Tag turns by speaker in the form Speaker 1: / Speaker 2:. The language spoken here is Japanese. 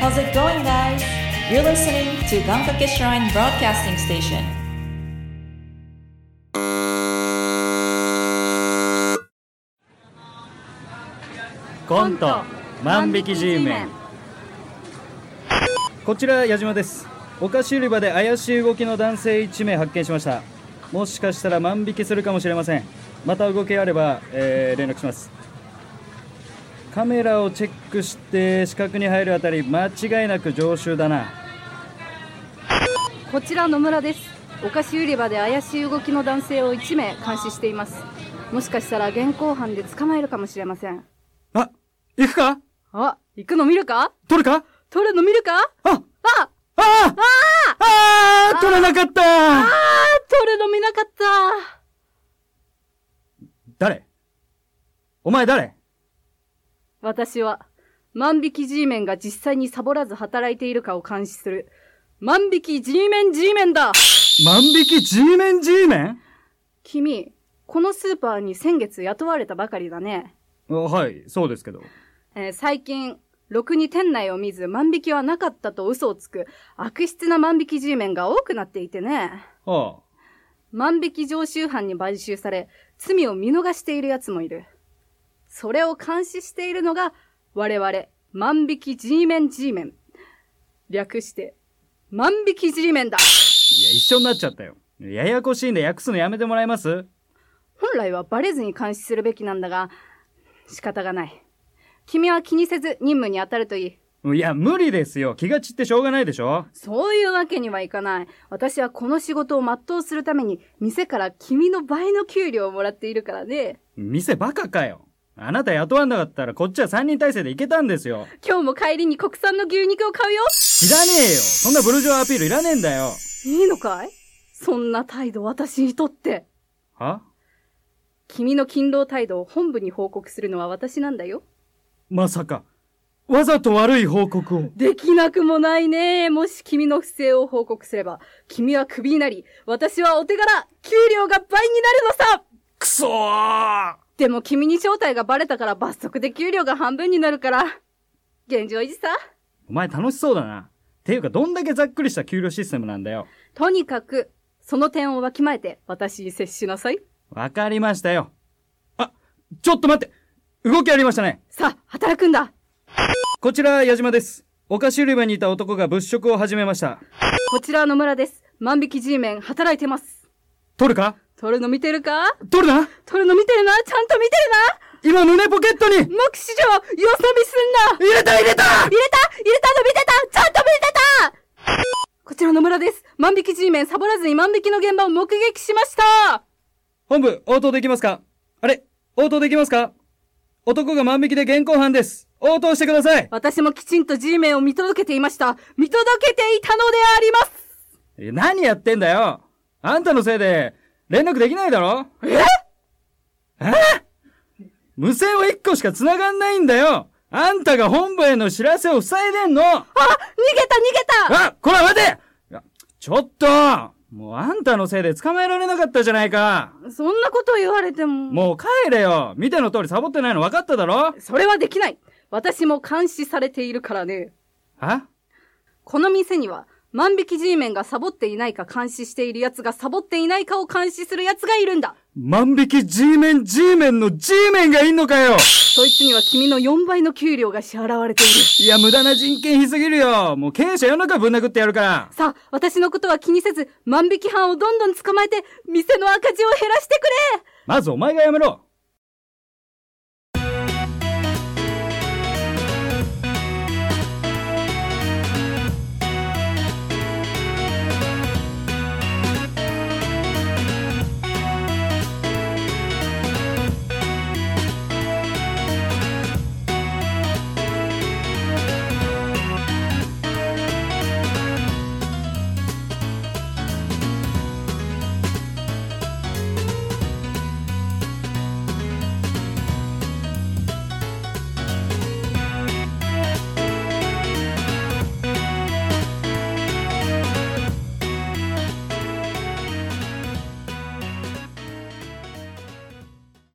Speaker 1: How's it going, guys? You're listening to Gankake Shrine Broadcasting Station.
Speaker 2: コント万引き G メンこちら矢島ですお菓子売り場で怪しい動きの男性1名発見しましたもしかしたら万引きするかもしれませんまた動きあれば、えー連絡しますカメラをチェックして視覚に入るあたり間違いなく常習だな
Speaker 3: こちら野村ですお菓子売り場で怪しい動きの男性を1名監視していますもしかしたら現行犯で捕まえるかもしれません
Speaker 2: あ行くか
Speaker 3: あ行くの見るか
Speaker 2: 撮るか
Speaker 3: 取るの見るかあ
Speaker 2: あ
Speaker 3: あ
Speaker 2: ああああ撮れなかった
Speaker 3: あ取るの見なかった
Speaker 2: 誰お前誰
Speaker 3: 私は万引き G メンが実際にサボらず働いているかを監視する万引き G メン G メンだ
Speaker 2: 万引き G メン G メン
Speaker 3: 君このスーパーに先月雇われたばかりだね
Speaker 2: あはい、そうですけど。
Speaker 3: えー最近、ろくに店内を見ず万引きはなかったと嘘をつく悪質な万引き G メンが多くなっていてね。
Speaker 2: あ
Speaker 3: 万引き常習犯に買収され、罪を見逃している奴もいる。それを監視しているのが、我々、万引き G メン G メン。略して、万引き G メンだ
Speaker 2: いや、一緒になっちゃったよ。ややこしいんで訳すのやめてもらえます
Speaker 3: 本来はバレずに監視するべきなんだが、仕方がない。君は気にせず任務に当たるといい。
Speaker 2: いや、無理ですよ。気が散ってしょうがないでしょ
Speaker 3: そういうわけにはいかない。私はこの仕事を全うするために、店から君の倍の給料をもらっているからね。
Speaker 2: 店バカかよ。あなた雇わなかったらこっちは3人体制で行けたんですよ。
Speaker 3: 今日も帰りに国産の牛肉を買うよ
Speaker 2: いらねえよ。そんなブルジョアアピールいらねえんだよ。
Speaker 3: いいのかいそんな態度私にとって。
Speaker 2: は
Speaker 3: 君の勤労態度を本部に報告するのは私なんだよ。
Speaker 2: まさか、わざと悪い報告を。
Speaker 3: できなくもないね。もし君の不正を報告すれば、君はクビになり、私はお手柄、給料が倍になるのさ
Speaker 2: くそー
Speaker 3: でも君に正体がバレたから罰則で給料が半分になるから、現状維持さ。
Speaker 2: お前楽しそうだな。ていうか、どんだけざっくりした給料システムなんだよ。
Speaker 3: とにかく、その点をわきまえて、私に接しなさい。
Speaker 2: わかりましたよ。あ、ちょっと待って動きありましたね
Speaker 3: さあ、働くんだ
Speaker 2: こちら、矢島です。お菓子売り場にいた男が物色を始めました。
Speaker 3: こちらの村です。万引き G メン、働いてます。
Speaker 2: 取るか
Speaker 3: 取るの見てるか
Speaker 2: 取るな
Speaker 3: 取るの見てるなちゃんと見て
Speaker 2: 今胸ポケットに
Speaker 3: るな目視上、よそ見すんな
Speaker 2: 入れた入れた
Speaker 3: 入れた入れたの見てたちゃんと見てたこちらの村です。万引き G メン、サボらずに万引きの現場を目撃しました
Speaker 2: 本部、応答できますかあれ応答できますか男が万引きで現行犯です。応答してください
Speaker 3: 私もきちんと G メンを見届けていました。見届けていたのであります
Speaker 2: え何やってんだよあんたのせいで、連絡できないだろええ無線は一個しか繋がんないんだよあんたが本部への知らせを塞いでんの
Speaker 3: あ逃げた逃げた
Speaker 2: あこら待ていやちょっともうあんたのせいで捕まえられなかったじゃないか
Speaker 3: そんなこと言われても。
Speaker 2: もう帰れよ見ての通りサボってないの分かっただろ
Speaker 3: それはできない私も監視されているからね。
Speaker 2: あ
Speaker 3: この店には、万引き G メンがサボっていないか監視している奴がサボっていないかを監視する奴がいるんだ
Speaker 2: 万引き G メン G メンの G メンがいんのかよ
Speaker 3: そいつには君の4倍の給料が支払われている。
Speaker 2: いや、無駄な人件費すぎるよもう経営者世の中ぶん殴ってやるから
Speaker 3: さあ、私のことは気にせず、万引き犯をどんどん捕まえて、店の赤字を減らしてくれ
Speaker 2: まずお前がやめろ